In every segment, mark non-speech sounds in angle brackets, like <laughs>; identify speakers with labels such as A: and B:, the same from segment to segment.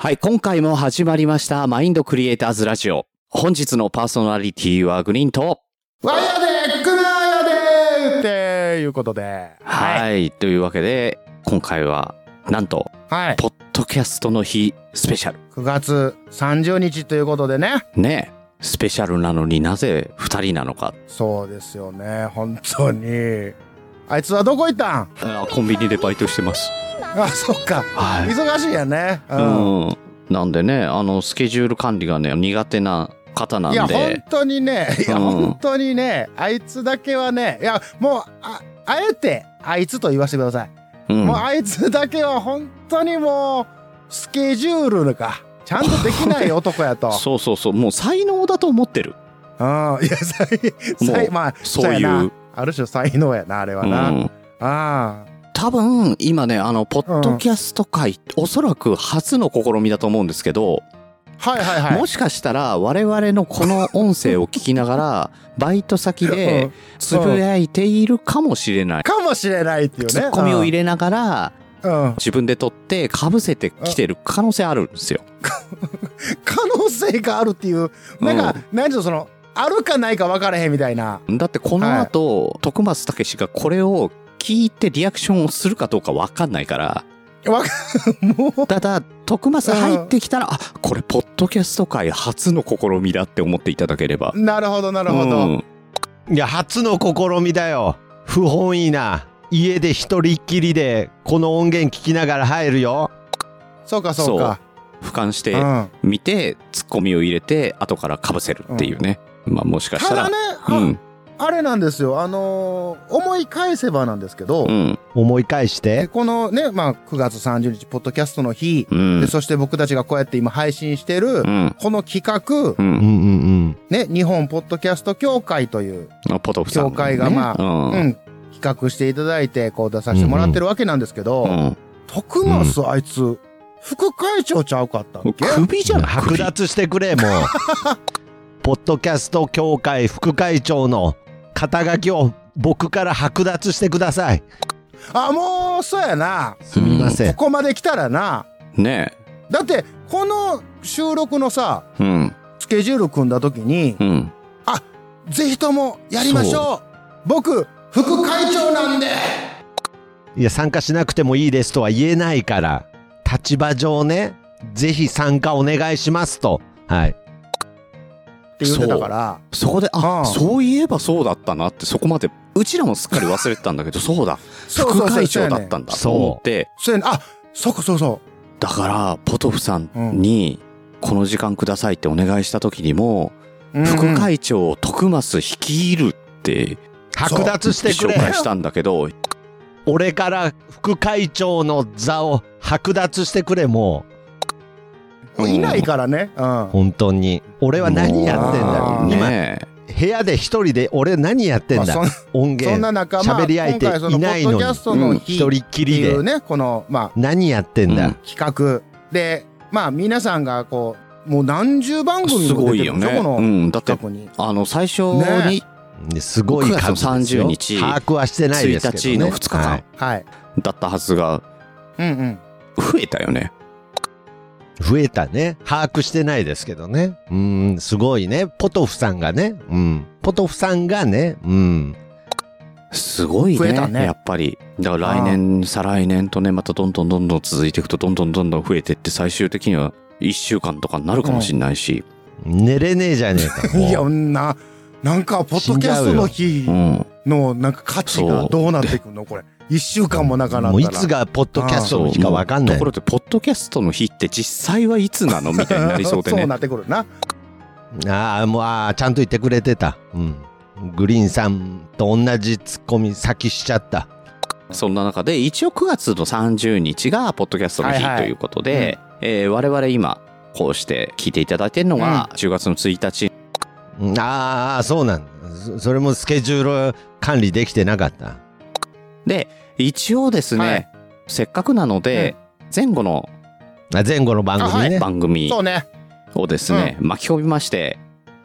A: はい、今回も始まりました、マインドクリエイターズラジオ。本日のパーソナリティはグリーンと、
B: わやでくなやでっていうことで。
A: はい、
B: い。
A: というわけで、今回は、なんと、
B: はい。
A: ポッドキャストの日スペシャル。
B: 9月30日ということでね。
A: ねえスペシャルなのになぜ二人なのか。
B: そうですよね。本当に。あいつはどこ行ったん
A: あコンビニでバイトしてます。
B: あ、そっか。
A: はい。
B: 忙しいやね。う。
A: うんん。なんでね、あの、スケジュール管理がね、苦手な方なん
B: い
A: で。
B: や、本当にね。いや、
A: うん
B: 本当にね。あいつだけはね。いや、もう、あ、あえて、あいつと言わせてください。
A: うん
B: もう、あいつだけは本当にもう、スケジュールか。ちゃんとできない男や
A: <laughs>
B: と。
A: そうそうそう。もう才能だと思ってる。
B: うん、いや、才、
A: もう
B: 才、まあ、
A: そう
B: や
A: い
B: な
A: う。
B: ある種才能やな、あれはな。
A: うん
B: あ
A: 多分今ねあのポッドキャスト界、おそらく初の試みだと思うんですけど、
B: あ。はいはいはい。
A: もしかしたら我々のこの音声を聞きなが
B: <laughs>
A: らバイト先
B: う
A: で
B: ん
A: つぶやいているかもしれない。
B: かもしれないっていうね。
A: ツッコミを入
B: れ、
A: れながら
B: うん。
A: 自分で撮ってかぶせてきてる可能性あるんですよ。
B: 可能性があるっていう、なんか、なんちょっとその、あるかないか分からへんみたいな。
A: だってこの後、徳松武がこれを聞いてリアクションをするかどうかわかんないから。
B: わか、 <laughs> もう、
A: ただ徳松入ってきたら、あこれポッドキャスト界初の試みだって思っていただければ。
B: なるほどなるほど。
A: うん
C: いや、初の試みだよ。不本意な。家で一人っきりで、この音源聞きながら入るよ。
B: そうかそうか。
A: 俯瞰し
B: う
A: て
B: ん。
A: 見て、ツッコミを入れて後からかぶせるっていうね、まあもしかした
B: ただ
A: ら
B: ね、
A: う
B: あ
A: ん
B: あれなんですよ。あのー思い返せばなんですけど、
A: うん
C: 思い返し
B: え
C: て。
B: このね、まあ、9月30日、ポッドキャストの日、
A: うん
B: でそして僕たちがこうやって今配信してる、
A: うん
B: この企画、
A: う
C: うん
A: ん
C: うん
B: ね、日本ポッドキャスト協会という、
A: ポトフさんのね
B: 協会がまあ
A: うん
B: うん、企画していただいて、こう出させてもらってるわけなんですけど、
A: うん
B: 徳松あいつ、副会長ちゃうかったっけ
A: 首じ
C: う
A: ゃ
C: ん。
A: ない
C: 剥奪してくれ、もう。ポッドキャスト協会副会長の肩書きを僕から剥奪してください。
B: あ、もう、そうやな。
C: すみませ
B: こ
C: ん。
B: こまで来たらな。
A: ね
B: だって、この収録のさ、
A: えうん
B: スケジュール組んだ時に、
A: うん
B: ぜひともやりましょう僕、副会長なんで
C: いや、参加しなくてもいいですとは言えないから、立場上ね、ぜひ参加お願いしますと。はい。
B: って言ってたから、
A: そこであ
B: うん
A: そういえばそうだったなってそこまでうちらもすっかり忘れてたんだけどそうだ
B: そう
A: 副
B: そうそう
A: 会
B: そう
A: 長
B: やね
A: だ
B: ん
A: ったんだ
C: そ
A: と
C: う
A: 思って
B: そうやねんあ、そうかそうそ
A: だからポトフさんにこの時間くださいってお願いした時にも
B: う。うん
A: 副会長を徳増率いるって
C: 剥奪してくれ。
A: 紹介したんだけど、
C: 俺から副会長の座を剥奪してくれも
B: うんいないからね。う。
C: うん本当に俺は何やってん
B: もう
C: だよ、
A: ね
C: 今部屋で一人で俺何やってんだ、
B: まあ
C: 音
B: そん
C: 源
B: な中、まあ、
C: 喋り相手
B: 今回その
C: いないの
B: ポ
C: に
B: ッドキャストの日
C: 一
B: っ
C: 人っ
B: て
C: きり
B: い
C: で
B: うね、この、ま
C: 何やってんだ、
A: うん
B: あ、企画で、まあ、皆さんがこう、もう何十番
A: え、
B: 組
A: す
B: も
A: ご
B: 出
A: い
B: てる
A: よ
B: んです
A: ね。
B: よ、こ
A: う
B: の
A: ん、だって、
B: 企画に。
A: あの、最初に
B: ね
C: すごい数ですよ
A: 9月の30日
C: 把握はしてないですけ
A: 1日
C: ど、
A: の
C: ね、
A: 2日間
C: はい
B: はい。
A: だったはずが、
B: うんうん。
A: 増えたよね。
C: 増えたね把握してないですけどねうんすごいねポトフさんがね、うん、ポトフさんがね、うん、
A: すごい
B: 増え
A: ね
B: たね
A: やっぱり。だから来年、再来年とね、またどんどんどんどん続いていくと、どんどんどんどん増えてって、最終的には1週間とかになるかもしれないし。
C: 寝れねえじゃねえか <laughs> もう
B: いや、な、なんか、ポッドキャストの日
A: うん。
B: の、なんか価値がどうなっていくのこれ。一週間もなかな
C: も
B: っ
C: う
B: た
C: い
B: ら。
C: つがポッドキャストの日かわかんな
A: と
C: い
A: ころで、ポッドキャストの日って実際はいつなのみたいになりそうで
B: <laughs> そう
A: ね。
B: なってくるな。
C: ああ、もう、ああ、ちゃんと言ってくれてた。うん。グリーンさんと同じツッコミ先しちゃった。
A: そんな中で、一応9月の30日が、ポッドキャストの
B: はい
A: 日
B: はい
A: ということで、えー我々今、こうして聞いていただいてるのが、10月の1日、
C: うんああ、そうなんだそそれもスケジュール管理できてなかった。
A: で、一応ですね、
B: はい
A: せっかくなので、前後の
C: あ前後の番組ね。
A: 番組
B: そうね。
A: をですね、巻き込みまして、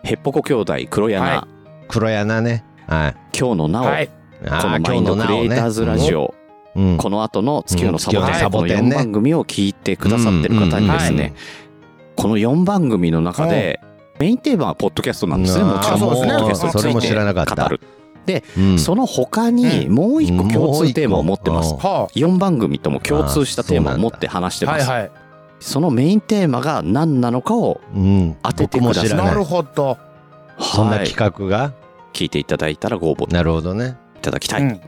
A: ヘッポコ兄弟、黒柳、
B: は
C: 黒柳ね。はい。
A: 今日のなお、
B: はい。
C: あ
A: この
C: あ、
A: マインドクリエイターズラジオ、
C: うん。
A: この後の月夜のサボ
B: う
A: テン、
B: ん月夜のサ
A: こ
C: ボ
A: の
C: テンね
A: 4番組を聞いてくださってる方にですね、この4番組の中で、メインテーマはポッドキャストなんですね、
C: うん
A: もちろん。
B: あそうですね
A: ポッドキャストについて
B: それも
C: 知らなかった
A: 語る。
C: うん。うん
A: その他に、もう一個共通テーマを持ってます
C: うん。
B: は
A: 4番組とも共通したテーマを持って話して
B: あ。
A: ま
B: は
A: す。
B: いはい。
A: そのメインテーマが何なのかを、
C: うん。
A: 当ててください
C: 僕も知ら
B: な
C: な
B: る
C: い。
B: ほど。
C: そんな
A: はい
C: 企画が
A: 聞いていただいたらご応募い
C: なるほどね。
A: ただきたい。
B: うん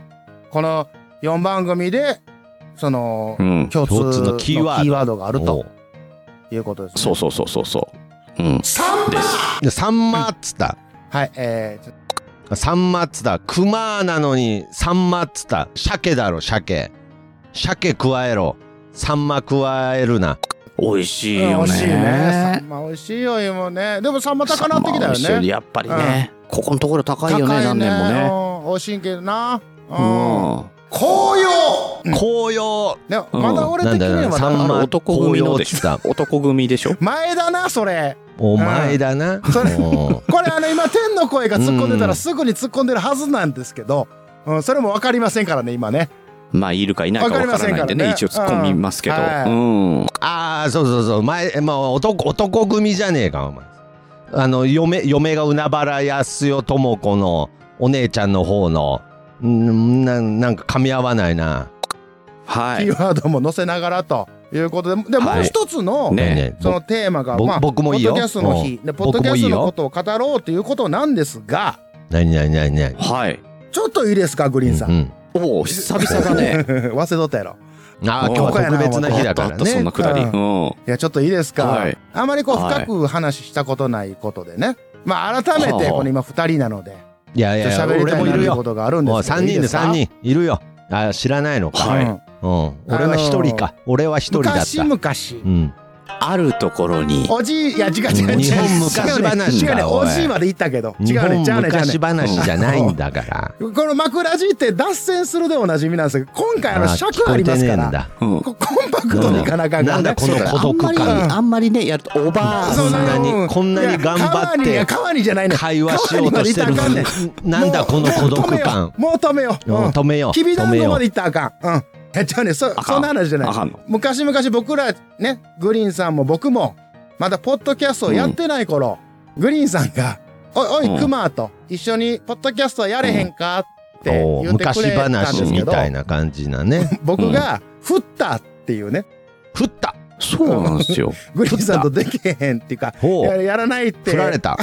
B: この4番組で、その
A: う、ん。
B: 共
C: 共
B: 通
C: 通
B: の
C: の
B: キ
C: キ
B: ー
C: ー
B: ワ
C: ワード
B: ードがある
C: お
B: と
C: う
B: いうことですね。
A: そうそうそうそうそう。うん。です。
C: でサンマっつった。
B: はい、えー、
C: サンマっつった。クマなのにサンマっつった。鮭だろ、鮭。鮭加えろ。サンマ加えるな。
A: 美味しい
B: 美
A: よね。
B: 味しいね。サンマ美味しいよ、今ね。でもサンマ高なってきたよ
A: サンマ美味しい
B: ね。
A: やっぱりね、ここのところ高いよね、何年もね。
B: ね。美味しいけどな。うん
A: うん。
B: 紅葉
C: 紅葉
B: ね、
A: うん
B: まだ俺的にはま
C: なんだよ
A: あ
B: だ
C: な
A: の
C: まあ
A: 男組のでし
C: 紅葉
A: ょ
C: っ。
A: 男組でしょ。
B: 前だな、それ。
C: お前だな。
B: それ
C: おう
B: これあの今天の声が突っ込んでた
C: う
B: ら
C: ん
B: すぐに突っ込んでるはずなんですけど、うん、それも分かりませんからね今ね
A: まあいるかいないかわからないんでね、
B: わかりま
A: 一
B: せん
A: 応突
B: か
A: っ
B: らね
A: 込みますけど。
B: う
A: うん
B: はい
A: ん。
C: ああ、そうそうそう。前、えまあ、男、男組じゃねえか、お前。あの、嫁、嫁が海原康代智子のお姉ちゃんの方の、んななんか噛み合わないな。
A: は
B: キ
A: い。
B: ーワードも載せながらということでで
A: はい
B: もう一つの、
A: ね
B: そのテーマが、
C: ぼ
B: まあ、
C: 僕もいいよ
B: ポッドキャストの日
C: うん
B: でポッドキャス
C: 僕もい
B: ト
C: いよ
B: のことを語ろうということなんですが
C: なになになになに
A: はい。
B: ちょっといいですかグリーンさん、
C: うん
A: おお、久々だね。
B: <laughs> 忘れとったやろ
C: うんああ、
A: お
C: 今日は特別な日だか
A: あ
C: ら
A: ったあ <laughs> ったそんな
C: ね。
A: くだり。
B: う
A: うん。
B: いやちょっといいですか、
A: はい
B: あまりこう
A: はい
B: 深く話したことないことでね、まあ改め
A: はあ
B: てこの今2人なので
C: いやい
B: ちょっと喋
C: や、
B: り
C: 俺
B: たい
C: もい
B: なと
C: る
B: いう
C: よ
B: こ。とがあるんで
C: もう
B: すけど
C: 3人で3
B: いい
C: 人いるよ。ああ、知らないの
B: すか
C: か。
A: はい
B: うん
C: うん。俺は1人か。俺は1人だっ
B: 昔
C: た。
B: 昔
C: うん。
A: あるところに、
B: おじい、いや、違う違う違う。
C: 日本昔
B: 違うね
C: 話
B: 違う
C: だ
B: ね、
C: お
B: お
C: い
B: じいまで行ったけど。違
C: 日
B: うね、
C: 本
B: 違うね、違う
C: 昔
B: ね。
C: 話じゃないんだから。
B: この枕じって脱線するでおなじみなんですけど、今回あの
C: ー
B: 尺ありますから、。
A: うん
B: こ <laughs> コンパクトにいかなあかんから
C: なんだ
B: ね。
C: この孤
A: あんま
C: 独
A: り、
C: 感。
A: あんまりね、やると、おばあ
B: そう
A: さ
B: そ
A: ん
B: う
C: なに
B: う
C: こんなに頑張って
B: いや川に、川にじゃないね。
C: 会話しようとしてるのに、なんだこの孤独感。
B: もう止めよう。
C: うん
B: もう
C: 止めよう。
B: きび
C: 止
B: だん
C: め
B: ご
C: よ
B: ま
C: う
B: で。行ったらあかん。うん。え、違うね、そ、
A: かん
B: そんな話じゃない
A: あ。かんの。
B: 昔々僕らねグリーンさんも僕もまだポッドキャストをやってない頃、グリーンさんが「おいお
A: うん
B: いクマ」と「一緒にポッドキャストやれへんか?」って
C: お
B: 言
C: ー
B: ってく
C: 昔
B: れたんで
C: 話
B: すけ
C: み
B: ど
C: たいな感じ
B: <laughs>
C: なね。
B: 僕が「振った」っていうね
C: 振った
A: そうなんですよ。
B: グリーンさんとできへんっていうか
C: ほ
B: や
C: う
B: やらないって
C: 振られた。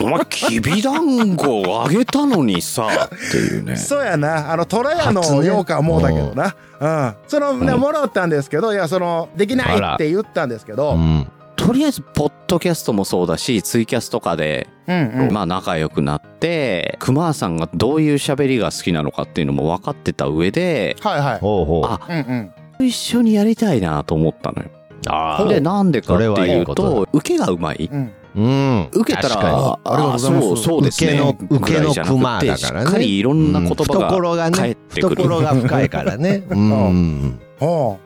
A: お前、きびだんごあげたのにさ、っていうね。
B: そうやなあの虎屋の
C: 初ね
B: 羊羹もうだけどな、うん、その、ね
A: うん
B: もらったんですけどいやそのできな
C: あ
B: い
C: ら
B: って言ったんですけど、
C: う
B: うん
C: ん。
A: <laughs> とりあえず、ポッドキャストもそうだし、ツイキャスとかで、
B: うん、
A: まあ仲良くなって、熊さんがどういう喋りが好きなのかっていうのも分かってた上で、
B: はいはい
C: ほうほう。
A: あ
B: うんうん
A: 一緒にやりたいなと思ったのよ。
C: あ
A: で、
C: ー
A: なんでかって
C: それはい
A: い
C: いうことだ
A: と、受けがうまい。
B: うん
C: うん。
A: 受けた、
C: 確からに
A: あ
B: ありがとうございます
A: そう、そうですね。
C: 受けの受けの
A: ぐ
C: 熊
A: らいじゃなくて
C: だから
A: し
C: ね
A: っかりいろんな言
C: う
A: 葉
C: 懐が
A: が返っ
C: ね、
A: てくる。
C: 懐が深いか
B: <laughs>
C: らね。うん。
B: ほ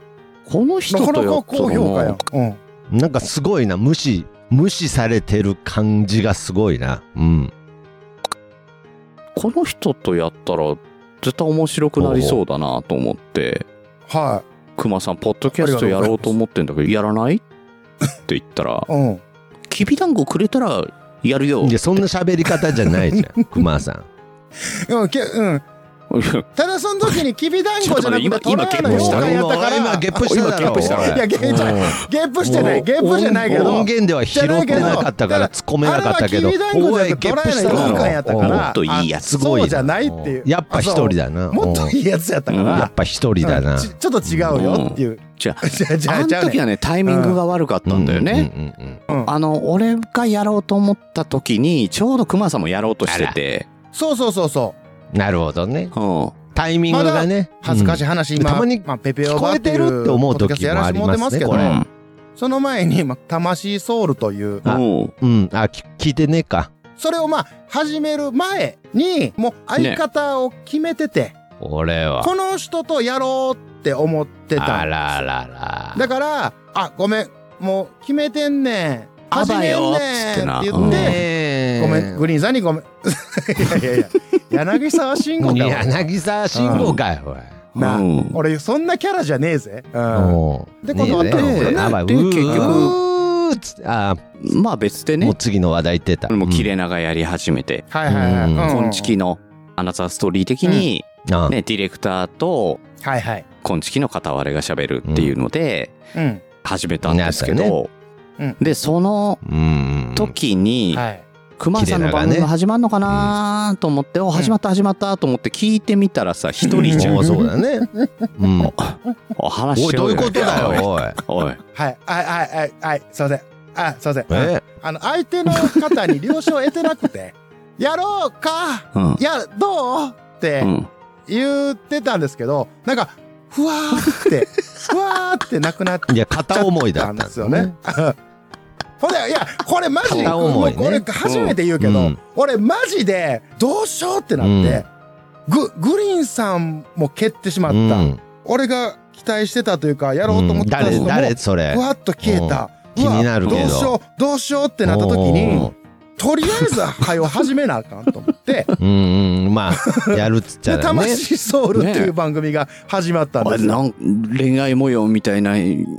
A: この
B: う
A: 人
B: なかな
A: と
B: か
A: よ
B: 高評価やん、うん
C: なんかすごいな。無視、無視されてる感じがすごいな。うん。
A: この人とやったら絶対面白くなりそうだなと思って
B: は
A: 「熊さんポッドキャストやろうと思ってんだけどやらない?」って言ったら
B: い。うん。
A: 「きびだんごくれたらやるよ」 <laughs>
C: いや、そんな喋り方じゃないじゃん。熊さん。
B: うん、けうん、ただその時にきびだんごじゃなくて
A: ちょっと
B: ト
A: 待
B: ラ
A: って
B: ヤの
A: 今今ゲップ
B: 妖
A: した
B: 怪やったか
C: 今
B: ら
C: 今ゲップしただろ
A: 今ゲップした
B: いやゲップじゃないゲップしてないゲップじゃないけ
C: 音
B: ど
C: 源では拾ってなかったから突っ込めなかったけど
B: あれはきびだんご
C: お
B: じゃ
C: い
B: なくて
C: ゲ
B: ト
C: ッ
B: ラ
C: プ
B: ヤ
C: した
B: の
C: だ
B: 妖怪
C: ろ
B: やったか
A: も
B: ら
A: っといいやつ
C: すごい
B: そうじゃないっていう
C: やっぱ一人だな
B: もっといいやつやったか
A: うん
C: やっ
B: ら
C: ぱ一人だな
B: ちちょっと違うよっていう
A: じゃあ
B: <laughs> じゃあじゃ
A: あ
B: あ
A: の
B: じゃあ
A: 時
B: ね
A: はねタイミングが悪かったんだよね。
C: うんうんうん
B: うん
A: あの俺がやろうと思った時にちょうど熊さんもやろうとしてて、
B: そうそうそうそう
C: うんなるほどね
A: うん、
C: タイミングがね
B: 恥ずかし
C: い
B: い話今
C: たまに
B: まあペペオバってい
C: 聞こえてる
B: う
C: って思う時
B: ポ
C: も
B: ッドキャストやらせてもらってますけど
C: ありま
B: その前にまあ魂ソウルという
A: うんうん
C: うんあき聞いてねえか
B: それをまあ始める前にもう相方を決めてて、
C: 俺は
B: この人とやろうって思ってた
C: あ
B: んで
C: ら
B: す
C: らら
B: だから「あごめんもう決めてんねん
A: あ
B: 始
A: ば
B: めん
A: よ
B: ねん」って
A: つってな
B: 言って「
C: ねえ
B: ごめんグリーンさんに <laughs> ごめん」いやいやいや柳沢慎吾だわ
C: 柳沢慎吾かよおい
B: なあ、
A: うん
B: 俺そんなキャラじゃねえぜ、うん、
C: お
B: でこの後
A: ねえねえ
C: やばい、
A: で
C: うー
A: 結局
C: うーっつってあ
A: まあ別で
C: ー、も
A: ね
C: う、次の話題出た。
A: もう切
C: い。
A: れ長やり始めて、
B: はいはいはい、
C: うん
B: うん
A: コンチキのアナザーストーリー的に、
C: あ
A: ね、ディレクターと
B: はいはい
A: コンチキの片割れが喋るっていうので、
B: うん
A: 始めたんですけ
C: ね
A: ど、
B: うん
A: で、その
C: うん。
A: 時に、
B: はい
A: 熊さんの番組が始まるのかなと思って、お、始まった始まったと思って聞いてみたらさ、一人じゃん。
C: もうそうだね。うん。お
A: お話し
C: い、
A: しよ
C: どういう
A: よ
C: ことだよ、おい。
A: おい。おい。
B: はいはいはいはいはいすいませんあすいません
C: え
B: あの相手の方に了承を得てなくて <laughs> やろうか
A: うん。
B: やどうって
A: うん
B: 言ってたんですけどなんかふわーってふわーってなくなっ
C: いや、片思いだった
B: んですよね。。 <laughs> ほんで、いや、これマジで、
C: 片思いね
B: もうこれ初めて言うけど、
C: うん
B: 俺マジでどうしようってなって、ググリーンさんも蹴ってしまっ
C: う
B: た。
C: ん。
B: 俺が期待してたというか、やろうと思ってた
C: 誰、
B: 人も、
C: 誰、それ
B: ふ。わっと消えた。
C: うん
B: うわ
C: 気になるけど
B: どうしよう、どうしようってなった時
C: お
B: に
C: ー、
B: とりあえず、はよ始めなあかんと思
C: <laughs>
B: って、
C: うんうん。まあ、
B: <laughs>
C: やるっつっちゃ
B: で、
C: うね。
B: 魂ソウルっていう番組が始まったん
A: あ
B: で
A: れ
B: すよ。
A: なん恋愛模様みたいな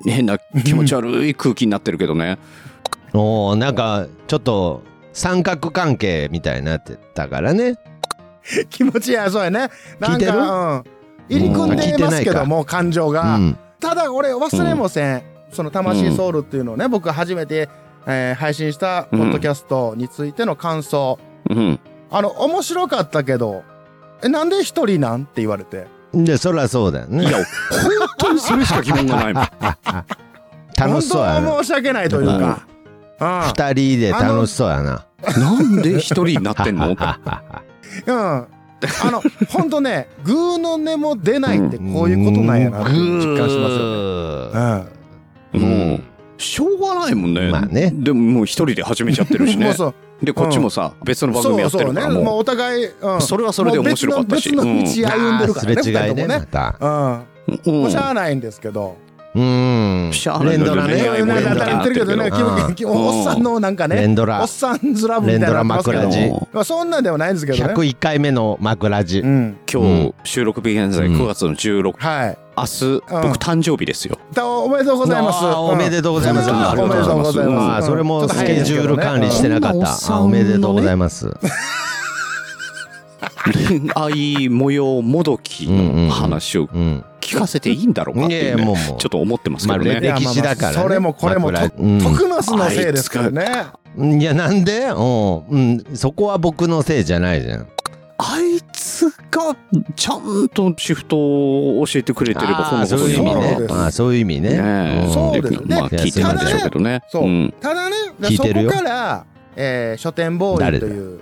A: 変な気持ち悪い空気になってるけどね。
C: おおなんか、ちょっと、三角関係みたいになってたからね。
B: 気持ちいい、そうやね。な
C: 聞い
B: ん
C: てる
B: か、うん。入り組んでますけども、感情
C: う
B: が。
C: ん。
B: ただ俺忘れもせん、その「魂ソウル」っていうのをね、僕初めて、えー配信したポッドキャストについての感想、
A: うん。
B: あの面白かったけどえなんで一人なんって言われて
C: で、そりゃそうだよ
A: い
C: ね。
A: や、本当にそれしか疑問がないもん。
C: 楽しそうや
B: 本当
C: な。
B: は申し訳ないというか、う
C: 二人で楽しそうやな。
A: <laughs> なんで一人になってん
C: <laughs>
A: の
B: ん、うん、あの本当ね「グーの音も出ないってこういうことなんやなって実感しますよね、
A: う
C: うん
A: ん。しょうがないもんね。
C: まあね
A: でももう一人で始めちゃってる
B: う
A: し
B: ん、 <laughs> も
A: ね
B: う。そう
A: で、こっちもさ、別の番組やって
B: そうそ
A: る
B: う
A: か
B: ね
A: ら
B: もう
A: も
B: お互い、うん、
A: う、それはそれで面白かったし。
B: 別の
A: う
B: 別の道歩んでるからね、
C: すれ違い
B: 二
C: ね、
B: 人
C: また。
B: ともね、
A: んう
B: うん、
A: ん
B: もうしゃあないんですけど、
C: うん。
A: しゃあない
C: 連ドラ
A: 恋愛も
B: な
C: ね。
A: 連
B: ん
A: ドラ
B: か言ってるけどね、
C: うん
B: 基本基本
A: うん
B: おっさんのなんか
C: 連
B: ね、
C: ド
B: お
C: ラ
B: っ。さんずラブみたいなのやってますけど
C: 連ドラ枕
A: 地
B: まあそんなんではないんですけどね。
C: 101回目の枕地
B: う。ん。
A: 今日、収録日現在
C: うん
A: 9月の16、
B: はい。
A: 明日、僕誕生日ですよ。
B: だおめでとうございます。
C: あーおめでとうございます
B: うん
A: あり
B: お
A: が
B: め
A: と
B: で
A: うござ
B: と
A: いうます
B: ござい
C: あ
B: ま
C: あ、
B: す。
C: それ
B: う
C: も
B: ん
C: スケジュール管理してなかっ
A: うん
C: た。あおめでとうございます。
A: 恋愛模様もどきの話を
C: うん。
A: 聞かせていいんだろうかっていう、
C: いや
A: ね
C: もうもう
A: ちょっと思ってますけ
C: ま
A: ど
C: あ、
A: ね。
B: ね
C: 歴史だからね。
B: それもこれも
C: 枕
B: と徳松のせいですからね。
C: うん。いや、なんでうん。うんそこは僕のせいじゃないじゃん。
A: あいつがちゃんとシフトを教えてくれてればこんな
C: あー
A: こ
C: そう
A: と
C: いう
A: に
C: 意
A: はな
C: 味
A: らなか
C: ね
A: っ。
B: です
C: あーそういう意味ね。
A: たね。
C: ん
B: そうですね
A: まあ聞いてたんでしょうけどね。
B: そう
A: うん
B: ただね、
C: 聞い
B: そ
C: てる
B: こ
C: よ
B: から、えー書店ボーイという、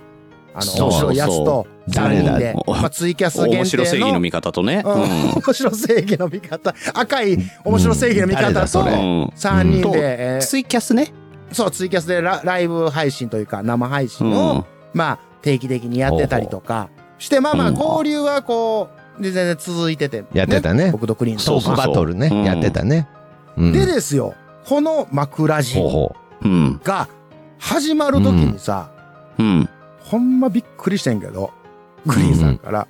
B: あの、
A: そう
B: 面白いやつと、
C: そ
B: 3人
C: う
B: で
A: 誰、だ
B: まあ、ツイキャス限
A: 面白正
B: 定
A: 義
B: の
A: の味方とね。
B: うん面白正義の味方赤い面白正義の味
C: うん誰だ
B: 方
C: そ
B: と
C: れ
A: うん
B: 3人
A: うん
B: で、え
A: うん
B: ー
A: ツイキャスね。
B: そうツイキャスでラライブ配信というか生配
A: う
B: 信を、
A: ん。
B: まあ定期的にやってたりとかしてまあまあ
A: うん
B: 交流はこうで全然続いてて、
C: やってたね
B: 僕とクリーン
C: ト
A: そう
B: と
C: ークバトルね
A: そうそうそううん
C: やってたね。うん
B: でですよこの枕地
C: ほうほ
A: うん。
B: が始まる時にさ、
A: うん。
B: ほんまびっくりしてんけどグリーンさんから、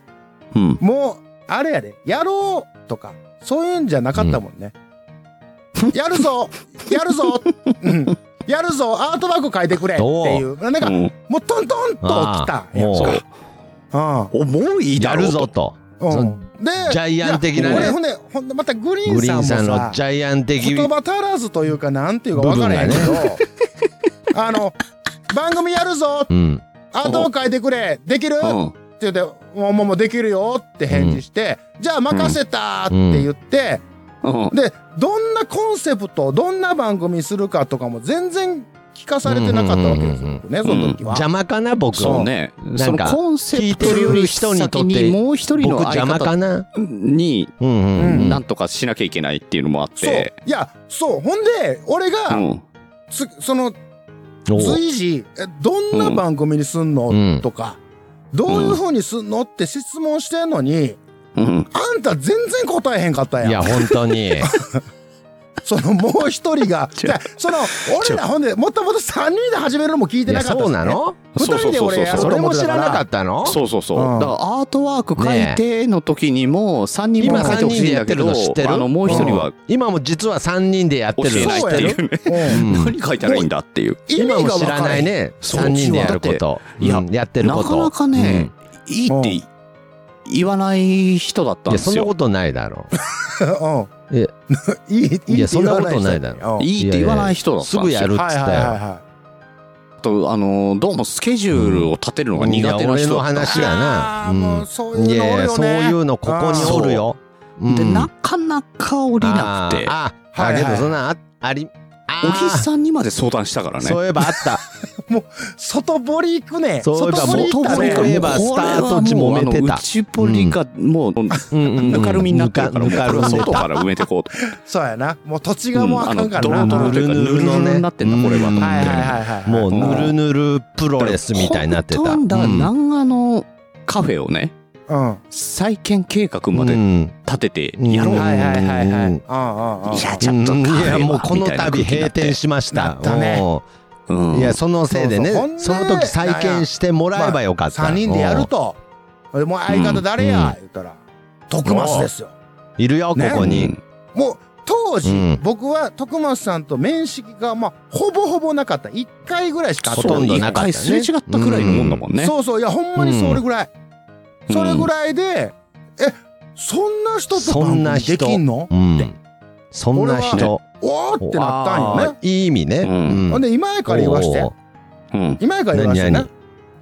A: うん。
B: もう、あれやで、やろうとか、そういうんじゃなかったもんね。やるぞやるぞ、うん、やるぞアートワーク書いてくれっていう。なんか、
A: うん
B: もうトントンと来たやん
C: あ
B: か。あ
A: 重い
C: や
A: だろう
C: るぞと。
B: うん、で、
C: ジャイアン的なね
B: いやほんで、ほんで、またグリー
C: グ
B: ン
C: リ
B: さん
C: ー
B: も
C: ンさんの
B: さ、
C: ジャイアン的。
B: 言葉足らずというか、なんていうか分からへんけど、
C: 部
B: あの、番組やるぞ
C: うん。
B: アートワーク書いてくれできる、
A: うん。
B: って言って、もう、もう、もうできるよって返事して、じゃあ任せたって言って、
A: うん。
B: で、どんなコンセプト、どんな番組するかとかも全然聞かされてなかったわけですよ
C: うんうんうん
B: ね、その時は。
C: 邪魔かな僕
A: そうね。
C: な
A: そ
C: ん
A: の
C: か
A: コンセ
C: 聞い
A: プト
C: て
A: よ
C: る
A: り
C: 人にとっ
A: 先に
C: て
A: もう一人
C: 僕
A: の相
C: 邪魔か
A: 方
C: な。
A: に
C: うんうんう。
B: うん
A: なんとかしなきゃいけないっていうのもあっ
B: そう。い
A: て。
B: や、そう。ほんで、俺
A: う
B: が、
A: ん。
B: つその、
C: おう
B: 随時、えどんな番組にすんの、
C: うん
B: とか、どういう風にすんのって質問してんのに、
A: うん。
B: あんた全然答えへんかったやん。
C: いや本
A: <laughs>
C: 当に。
B: そのもう一人が、
C: <laughs>
A: ちょ
B: じゃあその、俺らほんで、もともと3人で始めるのも聞いて
C: いや
B: なかったし
C: そうなの？
A: そうそうそうそう
B: 二人で俺やろ
C: それも知らなかったの
A: そうそうそう。
B: うん
A: だからアートワーク書いての時にも3人も書いてほしいんだけど、
C: 今三人でやってるの知ってる
A: あのもう一人は
C: 今も実は3人でやって
A: 教
C: る
A: えないっ
C: の
A: ていうね。
B: うん
C: うん
A: 何書いたらいいんだっていう。
B: 意味
C: 今
B: が
C: も
B: わ
C: 知ら
B: か
C: な
B: ら
C: い
B: ん。
C: ね
A: そう
C: 3人でやること
A: いや
C: うんやってる
A: な
C: こと
A: かなかね、いいって言わない人だっ
C: う
A: た
C: ん
A: んで
C: いやそん
A: す
C: な
A: よ
C: こ。とないだろ
B: <laughs> うん。
C: え
B: <laughs> いい、いいって
C: いやそんなこと
B: 言わ人
C: ないだろ
B: うん
A: いいって言わない人だった
C: す
A: んで
C: ぐ
A: すよ。
C: やるっつ
B: はい
C: っ
B: はい
C: た
B: はい
C: よ
B: は
A: とあのどうもスケジュールを立てるのが苦手な人だったんです
B: い。
A: よ
C: やな
B: あー
C: うん
B: もうそういう
C: い
B: のおる
C: や
B: よ
C: そう
B: ね。
C: いうのここにおるようん
A: でなかなか降りなくて
C: あーあー
B: はいはい
C: だけどそんなあありあー
A: おひさんにまで相談したからね
C: そういえばあった
B: 外堀行くね。
C: そういえば
B: 外堀行った
A: 外
C: 外堀
A: 堀
B: ね
A: か
C: といえ
A: もうこれ
C: ば
A: は
C: スタート時揉めてた
A: もうあの内堀がもう
C: ぬ
A: ぬかるみになってるから
C: ぬ
A: も
C: か
A: う
C: ぬかるんで
A: 外
C: た
A: から埋めてこうと
B: そうやな。もう土地がもうあ
A: あ
B: かん
A: の
B: か
A: ド
B: ら
A: ロド
B: な。
A: ロというか
C: ぬ
A: ぬ
C: るぬる
A: る
C: のね
A: ぬるになってんだこれはと思
B: はい
A: っ
B: はい
A: て
B: はいはい。
C: もうぬ
B: ん。
C: るぬるプロレスみたいになってた
A: 本当
C: う
A: だ
C: ん
A: 南アのカフェをね
B: うん。
A: 再建計画ま
C: う
A: で
C: ん
A: 立ててやろう
C: うん
B: はいはいはいはい。
C: うん
B: うんうんうん。
A: いやちょっとカフェ
C: い
A: は
C: やもうこの
A: みたいな
C: 度
A: 空気にな
C: 閉
A: って
C: 店しました
B: なったね
A: うん
C: うんいやそのせいでね
B: そうそう
C: その時再建してもらえばよかった
B: 3人でやると。でもう相方誰や言ったら、徳松ですよ。
C: うんいるよこ
B: ね
C: こ
A: う
C: に
A: ん
B: もう当時、
C: うん
B: 僕は徳松さんと面識がまあほぼほぼなかった1回ぐらいしか会
C: ほ
B: って
C: とんど
B: い
C: なかったね
A: 一回すれ違ったくらいのもんだもんね
B: そうそういやほんまにそれぐらい、
A: うん
B: それぐらいでえそんな人と
C: そ
B: 番
C: んな
B: 組
C: 人
B: できんの
C: うんそんな
B: 俺
C: 人
B: おーってなったんよね
C: あーいい意味ね
A: うん
B: ほんで今井から言わして
C: おー
A: うん
B: 今井から言わして
C: 何
B: な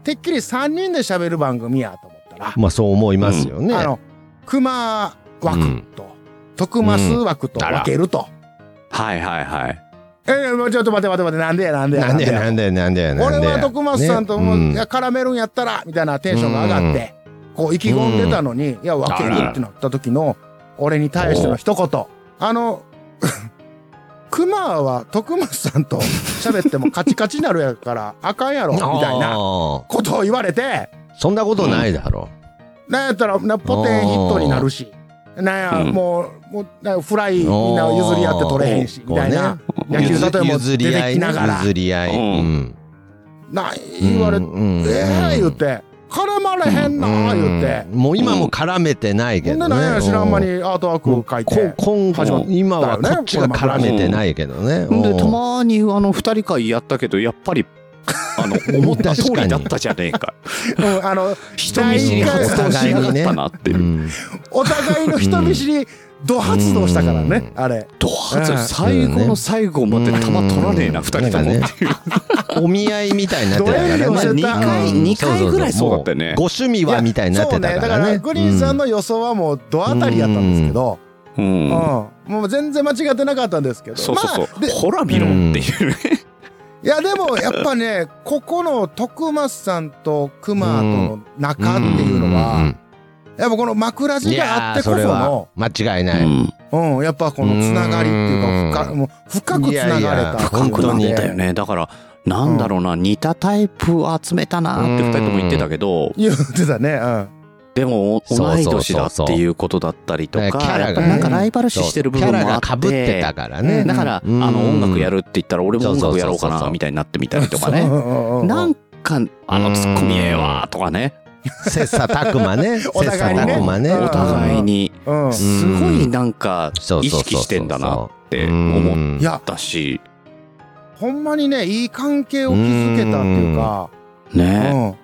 B: てっきり3人で喋る番組やと思ったら、
C: まあそう思いますよね
B: あの熊枠と、徳松枠と分けると、
A: はいはいはい
B: ええもうちょっと待って待って待ってなんでやなんでや
C: なんでやなんでやなんでやなんで
B: 俺
C: や
B: は徳松さんともう、
C: ね
B: いや絡めるんやったらみたいなテンションが上がって、こう意気込んでたのに、いや分けるってなった時の俺に対しての一言あの <laughs> 熊は徳松さんと喋ってもカチカチになるやからあかんやろ
C: うん
B: みたい
C: あ
B: な
C: ー
B: ことを言われて
C: そんなことないだろ
B: なんやったらなポテンヒットになるしな
A: う
B: んや
A: ん
B: もうもうなんやフライみんな譲り合って取れへんし
C: おー
B: みたいな、
A: うね
B: 野球例えも
C: 譲
B: 出て
C: り合い
B: きながら
C: 譲り合いうん
B: なん言われて
C: うん
B: ええ言って絡まれへんなー言って
C: うんもう今も絡めてないけ
B: ほん
C: ど
B: で
C: ね
B: 何や知らん間にアートワークを書い
C: こ
B: て
C: 今
B: 始ま
C: 後
A: った
C: 今はこっちが絡めてないけどねうん
A: でたまにあの二人会やったけどやっぱりあ <laughs> の思った通りだったじゃねえか
B: うんあの
A: 人見知り発動しやがったなっていううん
B: お互いの人見知りド発動したからねあれ
A: ドハツ最後の最後まで球取らねえな二人ともって
B: <laughs>
A: いう
C: お見合いみたいになってたからね
B: ドライブに寄せた
C: まあ二
A: 二回ぐらいそうだったよね
C: もうご趣味はみたいになってたか
B: そうねだから
C: ね
B: らグリーンさんの予想はもうド当たりやったんですけど
A: う
B: うんもう全然間違ってなかったんですけど
A: そうそう
B: ま
A: そ
B: あ
A: う
B: で
A: ほら見ろっていうね
B: いやでもやっぱねここの徳松さんと熊との仲っていうの
C: ん
B: はやっぱこの枕
C: うんい
B: 字が
C: や
B: あって
C: ー
B: こ
C: そ
B: そ
C: れは
B: の
C: 間違いない、
A: うん
B: うん、やっぱこのつながりっていうか深
C: うー
B: くもう深くつながれたっていう
A: 深
B: の
A: く
B: で
A: なったよねだからなんだろうな似たタイプ集めたなって二人とも言ってたけど
B: 言ってたねうん
A: でも
C: そう
A: 同
C: そうそう
A: い
C: そう
A: 年だっていうことだったりとか
C: だからキャラが
A: やっぱなんかライバル視してる部
C: キャ
A: 分もあ
C: ラが
A: っ
C: か
A: て
C: ぶってたからね、
B: うん
A: だから、
C: うん
A: あの音楽やるって言ったら俺も音楽やろうか
C: そうそうそうそ
A: な
C: う
A: みたいになってみたりとか
B: う
A: ね
B: んうんうんうん
A: なんかあのツッコミええわとかね
C: 切磋琢磨ね切
B: <laughs> お
C: 磋
B: 互いにね
C: 琢磨ね
B: うん
A: お互いに
B: うん
A: すごいなんか
C: そう
A: 意
C: そうそうそう
A: 識してんだなって思っ
C: うん
B: いや
A: たし
B: ほんまにねいい関係を築けたっていうか
A: ね
B: うん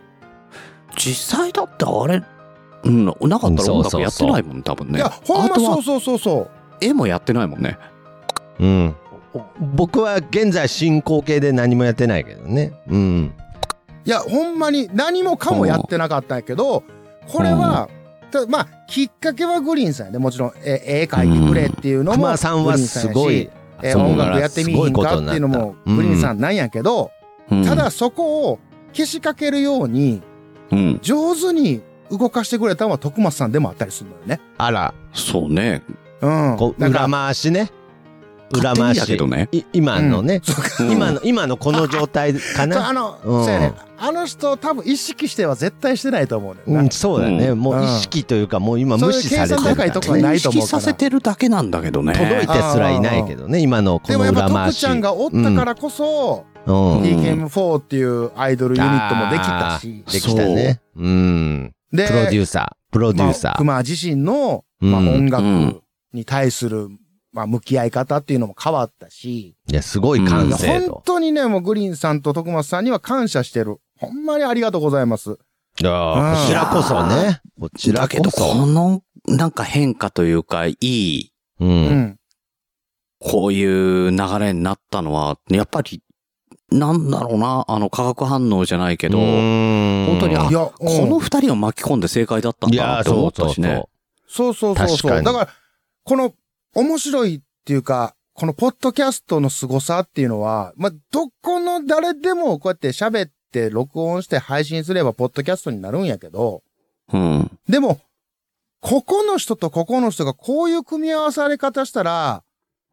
A: 実際だってあれうんなかったら音楽やってないもん多分
B: い
A: ね
B: やほん
A: あ
B: ま
A: と
B: そ
A: は
B: うそうそうそう
A: 絵もやってないもんね
C: うん僕は現在進行形で何もやってないけどねうん
B: いやほんまに何もかもやってなかったんやけどこれはたまあきっかけはグリーンさんやねもちろんえ絵描いてくれっていうのもグリー
C: 熊
B: ン
C: さんはすごい
B: やしえ
C: そこ
B: 音
C: から
B: 楽やってみいひんかっていうのもグリーンさんなんやけど
A: うん
B: ただそこをけしかけるように
A: うん
B: 上手に動かしてくれたのは徳松さんでもあったりするのよね。
C: あら
A: そうね
B: うん。
C: こう
B: なんか
C: 裏回しね
A: 勝
C: 裏
A: 手
C: 回
A: にだけ
C: し
A: どね
C: い今のね、
A: うん
C: 今の今のこの状態か
B: そう
C: な
B: <laughs> あの、
C: うん
B: そうやね。あの人多分意識しては絶対してないと思うねんな。
C: うん、そうだね、
A: う
C: もう意識というかもう今無視されてる
B: そういう計算高いとこはない
A: 認
B: と思
A: 識
B: うか
A: さ
B: ら
A: せてるだけなんだけどね
C: 届いてすらいないけどね今のこ
B: でも
C: の
B: やっぱ
C: 裏回
B: 徳
C: し
B: ちゃんがおったからこそ、
C: うん。で
B: TKM4 っていうアイドルユニットもできたし、
C: きたね。うん。
B: で、
C: プロデューサー。プロデューサ
B: まあ
C: ー。
B: 熊自身の、
C: うん
B: まあ、音
A: う
B: 楽
A: ん
B: に対する、まあ、向き合い方っていうのも変わったし、
C: いや、すごい完
A: うん
B: いや
C: 成
B: 本
C: 度。
B: 当にね、もうグリーンさんと徳松さんには感謝してる。ほんまにありがとうございます。
C: いやー
B: うん
C: こちらこそね。こちら
A: だけど、
C: こ
A: こ
C: そ。
A: の、なんか変化というか、いい、
C: う。
B: うんん。
A: こういう流れになったのは、やっぱり、なんだろうな、あの、化学反応じゃないけ
C: け
A: ど、こ
C: 本
A: 本当にあ
B: いや、うん
A: の二人を巻き込んで正解だったん
C: い
A: だな
C: やー
A: って思
C: そう
A: ったし
C: そうそう
A: ね。。
B: そうそうそうそ
C: 確か
B: う。
C: に
B: だから、この面白いっていうか、このポッドキャストの凄さっていうのは、まあ、どこの誰でもこうやって喋って録音して配信すればポッドキャストになるんやけど、
A: うん。
B: でも、ここの人とここの人がこういう組み合わされ方したら、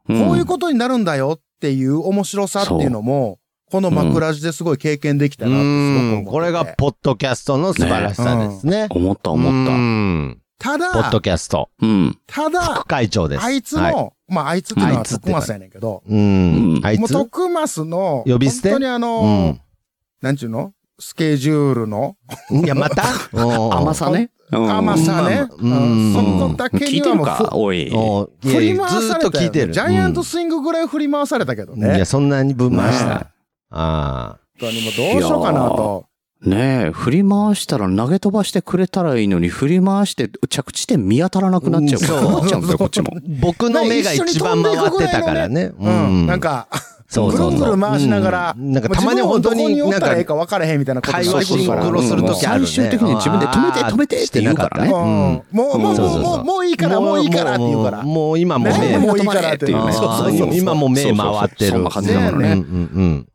A: こ
B: こういうことになるんだよっていう面白さっていうのも、この枕地ですごい経験できた
C: う
B: なってすごく思って
C: ん。
B: て
C: これが、ポッドキャストの素晴らしさですね。
A: 思った
C: う
A: 思っ
C: ん
B: た
C: ポッド
B: だ、
C: キャスト。
A: た。うん。
B: ただ
C: 副、会長です。
B: あいつの、
C: はい
B: まああいつっていうの
C: あ
B: はい
C: つって
B: 徳
C: いうか
B: 松やねんけど、
C: うん
A: う。ん
C: あい
B: もう
C: つ
B: 徳増の、
C: 呼び捨て
B: 本当にあの、
C: うん。
B: なんちゅうのスケジュールの
C: いや、
B: <laughs>
C: また
A: 甘さね。
B: 甘さね。
C: うん
B: うん
C: うん
B: そこだけ
A: 聞
B: に
A: いて
B: は
A: る
B: もう
A: か
B: ふ、
A: おい。
C: おーいや
B: 振
C: い
B: り
C: や
B: 回
C: ずー
B: さ
C: っ
B: れ
C: と
B: た
C: 聞い
B: よ
C: てる。
B: ジャイアント
C: う
B: スイングぐらい振り回されたけど
C: ん
B: ね。
C: いや、そんなにぶん回し
B: ね
C: た。ああ。
B: 本当にもうどうしようかなと。
A: ねえ、振り回したら投げ飛ばしてくれたらいいのに、振り回して着地点見当たらなくなっちゃうから、
C: うんそう
A: 困っちゃうんだよ、こっちも。
C: 僕の目が一番回ってたからね。
B: うん。なん、か、
C: そうそうそう
B: ぐるんぐる回しながら
C: うんなんかたまに本当
B: もう自
C: に、
B: 分もどこにお
C: な
B: っ
C: ん
B: たらええか
C: か、
B: 分からへんみたいなこと
C: 会
B: になって
C: 話
B: くる
C: シン
B: か
C: ク
B: ら。
C: ロするときあるね。
A: 最終的に自分で止めて止めてって言うからね
C: あー
B: うんもう、もう、
A: そうそうう
B: も、も
A: そう
B: う、もういいから、もういいからって言うから。
C: ももう今もう
B: ね
C: 目、
B: もういいからって
A: ね
C: あー
B: そうそうそう
C: 今もう目回ってる。
A: そうそうそうそんな感じ
B: だもんね
C: うん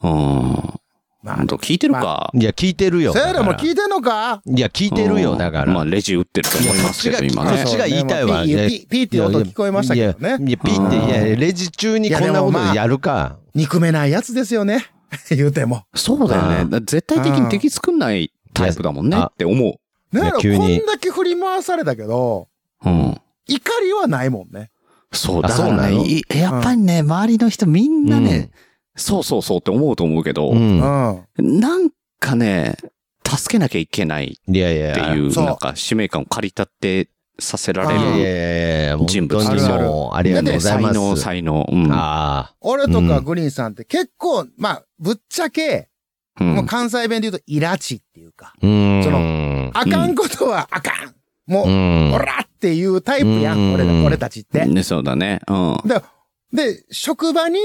C: うん
A: うん。ほんと聞いてるか
C: う。ん。いや、聞いてるよ。
B: せやろ、もう
C: い
B: 聞いてんのか
C: いや、聞いてるよ、だか
A: まあ、
C: ら。
A: レジ打ってると思いますけど、今
C: こ
B: あ
C: っ
A: ね。
C: ちが言いたいわ。
B: そうねまあ
C: ね
B: ピーピーっていう音聞こえましたけどね
C: いやいや、ピーって、いやいや、レジ中にこんなことやるか。
B: 憎めないやつですよね。 <laughs> 言うても。
A: そうだよ
C: う
A: ね。
C: ん
A: だ絶対的に敵作んないタイプだもんね
C: うん
A: って思う。
B: ねえ、こ
C: 急に
B: んだけ振り回されたけど、
A: うん。
B: 怒りはないもんね。
A: そう、
C: あ
A: だか
C: そうな
A: ら
C: の
A: ね、いやっぱりね、周りの人みんなね、そうそうそうって思うと思うけど
C: う、
B: う
C: ん。
B: ん。
A: なんかね、助けなきゃいけない
C: いやいや
A: ってい
B: あ
A: う、
B: そう
A: なんか使命感を借り立ってさせら
B: あ
A: れ
C: い
A: る
C: やいやいや、本
A: 人物
C: 当に
B: あるある
C: もう、ありがとうござい
A: 才
C: ます。
A: 能、才能。うん。
C: あ
B: 俺とかグリーンさんって結構、まあ、ぶっちゃけ、
A: うん
B: もう関西弁で言うとイラチっていうか、
C: あ。うん。
B: そ
C: の
B: あかんことはあかん。も
C: う
B: う、
C: ん。
B: ほらっていうタイプやん、
C: うん
B: 俺ら、俺たちって。
A: ね、そうだね。うん。
B: で、で、職場に、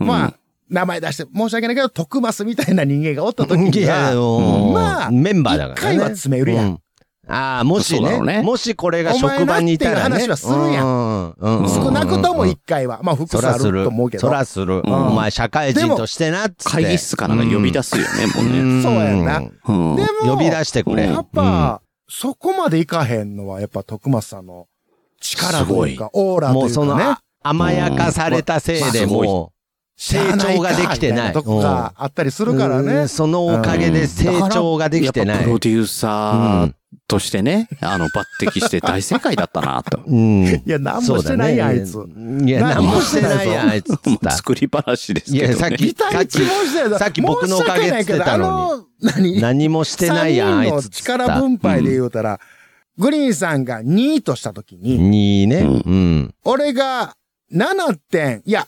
A: うん
B: まあ、名前出して申し訳ないけど、徳マスみたいな人間がおった時
C: い
B: に
C: や、
B: は、
C: もう
B: まあ
C: メンバーだからね。
B: 一回は詰めるやん
C: うああ、もし
A: そうだ
C: ね
A: ろうね
C: もしこれが職場にいたら、ね。
B: お前なっていう話はするやん
C: ん。うんうんうん
B: 少なくとも一回は、まあ、
C: そ
B: 複数
C: ら
B: あ
C: する
B: ると思うけど。
C: そらする。
A: ん
C: お前社会人としてなっつって。
A: 会議室からなんか呼び出すよね、もうね。
B: そうやんな
A: うん。
B: でも、
C: 呼び出してくれ。
B: やっぱ、そこまでいかへんのは、やっぱ徳松さんの力というか、オー
C: う
B: ラ
C: ん、も
B: と
C: う
B: いう
C: その、
B: かね
C: あ。甘やかされたせいで
A: うん
C: も
B: しゃあな
C: 成
B: い
C: 長
B: か
C: ができてない
B: みたとこがあったりす
C: う、
B: るから
C: う
B: ね
C: ん。そのおかげで成長ができて
A: やっ
C: な
A: ぱ
C: い
A: プ。ロデューサーとしてね、あの、抜擢して大正解だったな、
C: <laughs>
A: と。
C: うん。い
B: いや、なんもしてないや、あいつ。
C: いや、
B: な
C: なんん
B: も
C: も
B: し
C: してて
B: な
C: ないいやん、あいつっつっ
A: もう
C: た。
A: 作り話ですけど、
C: い
A: ね。
C: やさっき
B: ビタリチもしてない
C: さっき僕のおかげって言ってたの
B: に。申し訳ないけどあの何
C: 何もしてないやん、あ
B: 三
C: い
B: 人の
C: つっつった。
B: 力分配で言うたら、グリーンさんが2位としたときに、
C: にね。
A: う
C: うん。
B: 俺が7点、いや、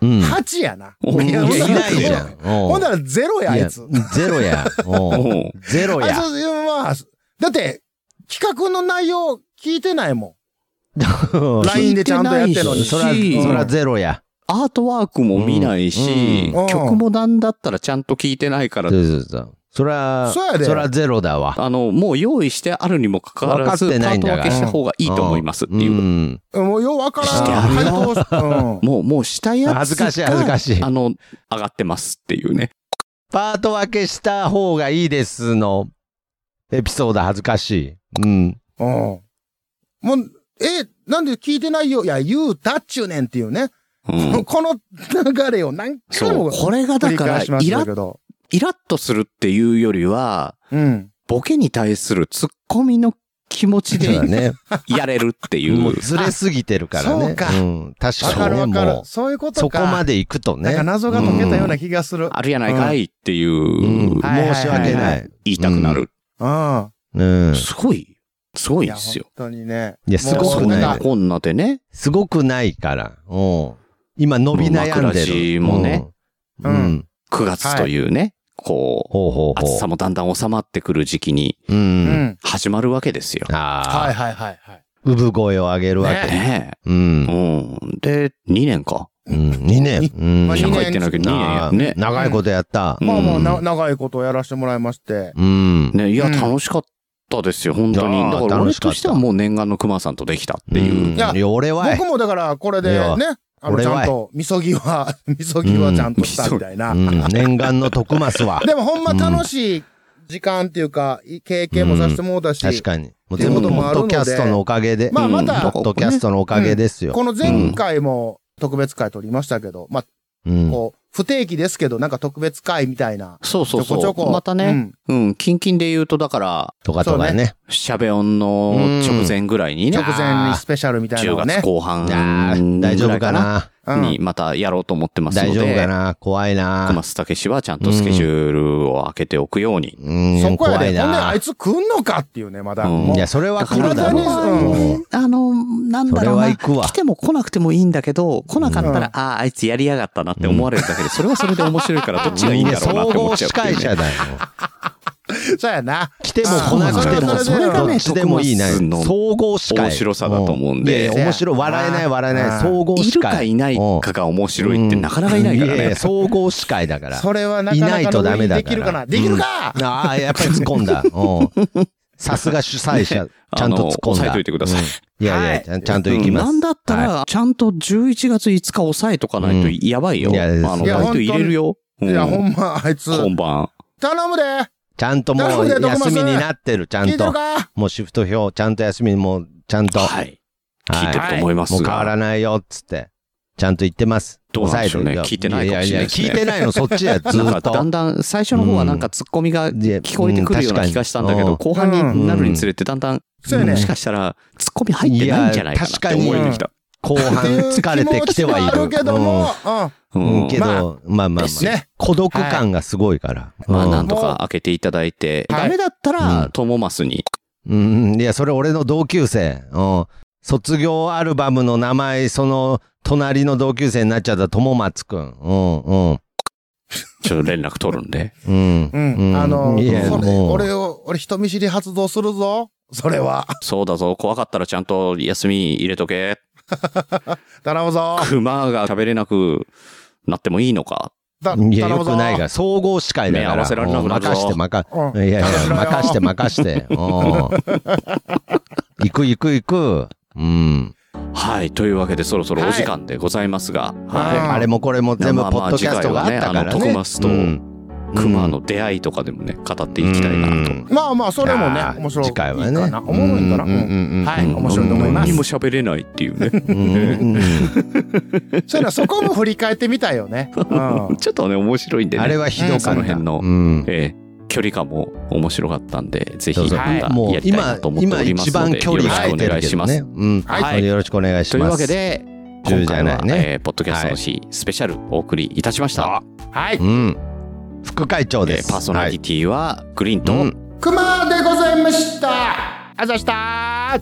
C: うん。
B: 8やな。
A: うん
B: い
C: い
B: や
C: や、
B: ほん
C: い
B: なら
C: ないじゃん。
B: ほ
C: ほ
B: んなら0や、あいつ。
C: ゼロや。おう
A: うん
C: ゼロ
B: あい
C: や。
B: つ、いやまあ、だって、企画の内容聞いてないも
C: うん
B: ん。LINE でちゃんとやってるの
A: 聞
B: に。
A: いて
C: そら、
A: し
C: そらゼロや。
A: アートワークも見ないし、
B: うんうん
A: 曲もなんだったらちゃんと聞いてないから、
C: そうそうそう。そら、
B: そうやで
C: そらゼロだわ。
A: あの、もう用意してあるにもかかわらず、
C: 分かって
A: パ
C: ない
A: ー
C: ん
A: ト
C: だから
A: 分けした方がいいと思いますっていう。
C: ん
B: もうようわからん。
A: してある
B: 回
A: な
B: 答しうん。
A: もう、もうしたやつが
C: 恥ずかしい恥ずかしい
A: あの、上がってますっていうね。
C: パート分けした方がいいですの、エピソード恥ずかしい。うん。
B: うん。もう、え、なんで聞いてないよ。いや、言うたっちゅうねんっていうね。
A: うん。
B: この流れを何回
A: そ
B: も
A: う。これが
B: 繰
A: だ
B: り
A: から、
B: 返
A: イ
B: しました
A: ラ、
B: けど。
A: イラッとするっていうよりは、
B: うん。
A: ボケに対するツッコミの気持ち
C: そう
A: で
C: だね。
A: やれるってい
C: もう
A: う。
C: <laughs> ずれすぎてるからね。
B: あそうか
C: ん、確
B: わ
C: か
B: か
C: に
B: る
C: ね、
B: わかる
C: も。う、
B: そういうことか。
C: そこまで行くと
B: なん
C: ね
B: か。謎が解けたような気がする。
A: あるやないかいっていう、
C: うん、
B: はいはいはい
C: 申し訳ない。
A: 言いたくなる。
B: うん。
C: うん。
A: すごい、すごい
B: いや
A: で、すよ。
B: 本当にね。
C: いやすご
B: もう
A: そ
C: く
A: ん
C: ない
A: なこんなでね。
C: すごくないから。うん。今伸び悩んでる。
A: もう枕地もね
C: うん。う
B: うん
C: ん。
A: 9月というね、こう、
C: ほうほうほう。
A: 暑さもだんだん収まってくる時期に
C: うん
B: う
C: うん。
B: ん。
A: 始まるわけですよ。
C: あ
B: は
C: あ
B: い、はいはいはい。
C: 産声を上げるわ
B: ね
C: け。
A: ねえ。
C: う。
A: うんん。で、2年か。
C: うん。2年。
B: に
C: うん。
B: まあ
A: 社
B: 二年
A: 会ってなわけど2年
C: な
A: や
C: あ
A: ね。
C: 長いことやった。
A: うん
B: まあもうな長いことやらせてもらいまして。
C: うん。
A: ね、いや、
B: うん
A: 楽しかったですよ、本当
C: いや
A: に。
C: ー
A: だから
C: 楽
A: 俺
C: しかっ
A: と
C: た
A: してはもう念願の熊さんとできたって
C: う
A: い
C: ん
A: う。
B: いや
C: いや、俺は。
B: 僕もだからこれで
C: いや
B: ね、あの
C: 俺
B: ち
C: は
B: ゃんと、みそぎは、 <laughs> みそぎはちゃんとしたみたいな
C: う。ん。念願の徳松
B: <laughs>
C: は。
B: でもほんま楽しい時間っていうか、い経験もさせてもらった
C: 確
B: し、
C: かに。もう
A: ってい
C: 全
A: うこと
C: 部ポ
A: も
B: あ
C: ッ
B: る
C: ド
B: ので
C: キャストのおかげで。
B: まあまた
C: うんポッドキャストのおかげですよ。
B: この前回も特別会撮りましたけど、まあ、
C: うん。
B: こう、不定期ですけど、なんか特別会みたいな。
A: そうそう
B: ちょ
A: そ
B: こちょこ
A: う。またね、うん、近々で言うと、だから、
C: とかとかね。
A: シャベオンの直前ぐらいに
B: うん
A: ね
B: 直、前にスペシャルみたい
A: 10
B: なのが
A: 月
B: ね。
A: 後
C: いや
A: 半
C: ー大丈夫かな
B: うん
A: にまたやろうと思ってます
C: 大
A: の
C: 丈夫か
A: で、
C: な怖い
A: 熊
C: な
A: 須武史はちゃんとスケジュールを開けておくように。
C: うん、
B: そこや
C: 怖
B: で、
C: い
B: ほんであ
C: ない
B: つ来んのかっていうね、まだ。
A: うん
B: もう
C: いや、それは来るだ
B: 体
C: ろ
B: に
C: う。
B: う
A: あの、なん
C: そ
A: だ
C: れ
A: ろう
C: は
A: な
C: 行。くわ
A: 来。ても来なくてもいいんだけど、来なかった
B: うん
A: ら、ああ、あいつやりやがったなって思われるだけで、それはそれで面白いから、どっちがいいんだろうなって思っちゃうっていう
C: 総合司
A: ね。
C: 会者だよ。
B: そうやな。
C: 来ても
A: あ
C: 来なくても、
B: それが
A: ね
C: どっちでもいいな
A: 徳松。の
C: 総合司会。
A: 面白さだと思うんで
C: いやいや面白い。笑えない笑え
B: う
C: なんい。総合
A: い
C: 司
A: る
C: 会。
A: かいないかが面白いってなかなかいないから
C: うんや
A: ね
C: や。総合司会だから。
B: それはなか
C: いな
B: ないか
C: と
B: の
C: ダメだから
B: できるかなできるか、
C: ああ、やっぱり突っ込
A: <laughs>
C: んだ。うんさすが主催者
A: ね、
C: ちゃんと
A: あ
C: 突っ込ん
A: の押さ
C: だ。
A: えといてください
C: うんいやい
B: は
C: や
B: い
C: ちゃん、ちゃんと行きま
A: な
C: す。
A: んだったら、ちゃんと11月5日押さえとかないとやばいよ。
C: うんいやいや
A: あの、
C: いや
A: バイト入れるよ。
B: いや、ほ
A: うん
B: んま、あいつ、
A: 本番。
B: 頼むで
C: ちゃんともう
B: 頼むで
C: 休みになってる、ちゃ
B: 聞い
C: ん
B: てる
C: と。
B: か
C: もうシフト表、ちゃんと休みにもう、ちゃんと。
A: はい。聞いてると思いま
C: も
A: す
C: う変わ
A: が。
C: らないよ、っつって。ちゃんと言ってます。
A: どうなんでしょうね
C: 抑え
A: 聞いてないかもしれないですね
C: ややや聞いてないの、そっちや、ず
A: なん
C: っ
A: かだん
C: と。
A: だん最初の方はなんかツッコミが聞
C: 聞
A: こえてくるような気がしたんだけど、後半になるにつれてだんだん、
B: そうやね
A: もしかしたらツッコミ入ってないんじゃないかなって思いにきた。
C: 後
B: っ
C: 半
B: ていう
C: 疲れてきてはいる。
B: 気持ちあるけども、うん。
A: う
C: うんうん
A: ん
C: けど、まあまあま
B: です
C: あ
B: ね。
C: 孤独感がすごいから。
A: まあ
C: うん
A: なんとか開けていただいて、
B: はい
A: ダメだった
C: う
A: ら
C: ん、
A: トモマスに。
C: うん、いや、それ俺の同級生。うん。卒業アルバムの名前、その、隣の同級生になっちゃった友松くん。うん、うん。
A: ちょっと連絡取るんで。
C: うん。
B: うん。あの、
C: いや、
B: それ
C: もう、
B: 俺を、俺人見知り発動するぞ。それは。 <laughs>
A: そうだぞ、怖かったらちゃんと休み入れとけ。
B: 頼むぞ。
A: 熊が喋れなくなってもいいのか。
B: だ
C: い
B: 頼
C: や、よ
B: むぞ。
C: くないが、総合司会だから。
A: 目合わせられなくなるぞ
C: 任して、任
B: うん
C: せ、いやいや
B: 頼む、よ
C: 任して、任して。うん。行く、行く、行く。うん。
A: はい、というわけでそろそろお時間でございますが、はい。
B: うん
C: あれもこれも全部
A: ま
C: ポ
A: あま
C: ッ
A: あ
C: ドキャストがあったから
A: 次回はねあの
C: ね。
A: 徳松と
C: うん
A: 熊の出会いとかでもね、語っていきたいなと。
C: うん
B: まあまあ、それもね
C: あ、ー
B: 面白い。
C: 次回はね
B: いいかなおもろいんかな。
C: う
B: うん
C: うんうんうん
B: んはい、
A: うん
B: 面白いと思いま
A: 何
B: す
A: も。喋れないっていうね。 <laughs>
C: うん
B: そういうの、そこも振り返ってみたいよ
C: <laughs>
B: ね。うん。
A: ちょっとね、面白いんでね。
C: あれはひどかった。
A: その辺の
C: うん
A: ええ距離感も面白かったんで、ぜひ
C: そう
A: ま
C: そう
A: たや
C: もう
A: りたいな
C: 今
A: と、思って
C: 今
A: おりま
C: 一
A: すの
C: 番
A: で、
C: 距
A: よろ
C: 離
A: し
C: が
A: くお
C: 空い
A: 願
C: てる
A: い
C: け
A: し
C: ど
A: ます。
C: ね。うん。
A: はい
C: よろしくお願いし
A: と
C: ます。
A: いうわけ、で、
C: 10
A: 今
C: じゃ
A: 回
C: ない
A: は、
C: ね
A: えーポッドキャストの日、スペシャルお送りいたしました。
B: はい。
C: うん。副会長
A: え
C: で
A: ー
C: す。
A: パーソナリティは、グリーンと、
C: はいうん
B: 熊でございました。あざした。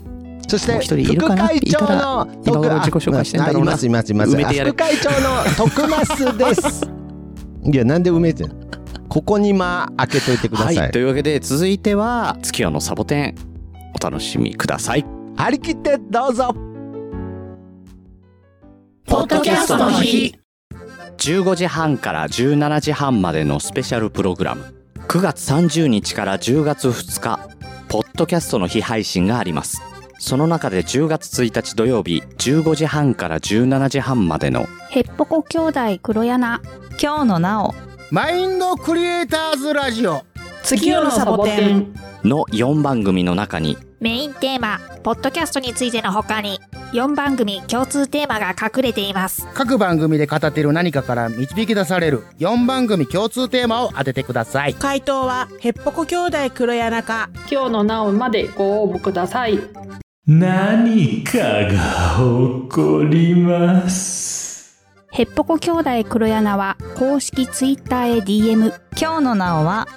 C: そして
A: もう一人いる
C: 副
A: かな
C: 会長
A: い
C: の
A: たら今頃自己紹介してんだろうな
C: あいますいますいます
A: 埋めてやれ
C: あ副会長の徳増です <laughs> いやなんで埋めてんのここにまあ開けといてくださ、
A: はいい、というわけで続いては月夜のサボテンお楽しみください
C: 張り切ってどうぞ
B: ポッドキャストの日
A: 15時半から17時半までのスペシャルプログラム9月30日から10月2日ポッドキャストの日配信がありますその中で10月1日土曜日15時半から17時半までの
D: へっぽこ兄弟黒柳
E: 今日のなお
B: マインドクリエイターズラジオ。
F: 月夜のサボテン
A: の4番組の中に
D: メインテーマポッドキャストについての他に4番組共通テーマが隠れています
B: 各番組で語ってる何かから導き出される4番組共通テーマを当ててください
E: 回答はヘッポコ兄弟黒柳か
F: 今日のなおまでご応募ください
G: 何かが起こります。
D: ヘッポコ兄弟黒柳は公式ツイッターへ DM
H: 今日のなおは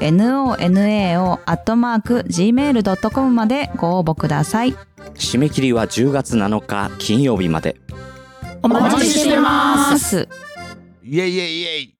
H: KYOUNONAO アットマーク Gmail.com までご応募ください
A: 締め切りは10月7日金曜日まで
D: お
B: 待ちしてます
C: イエイイエイイエイ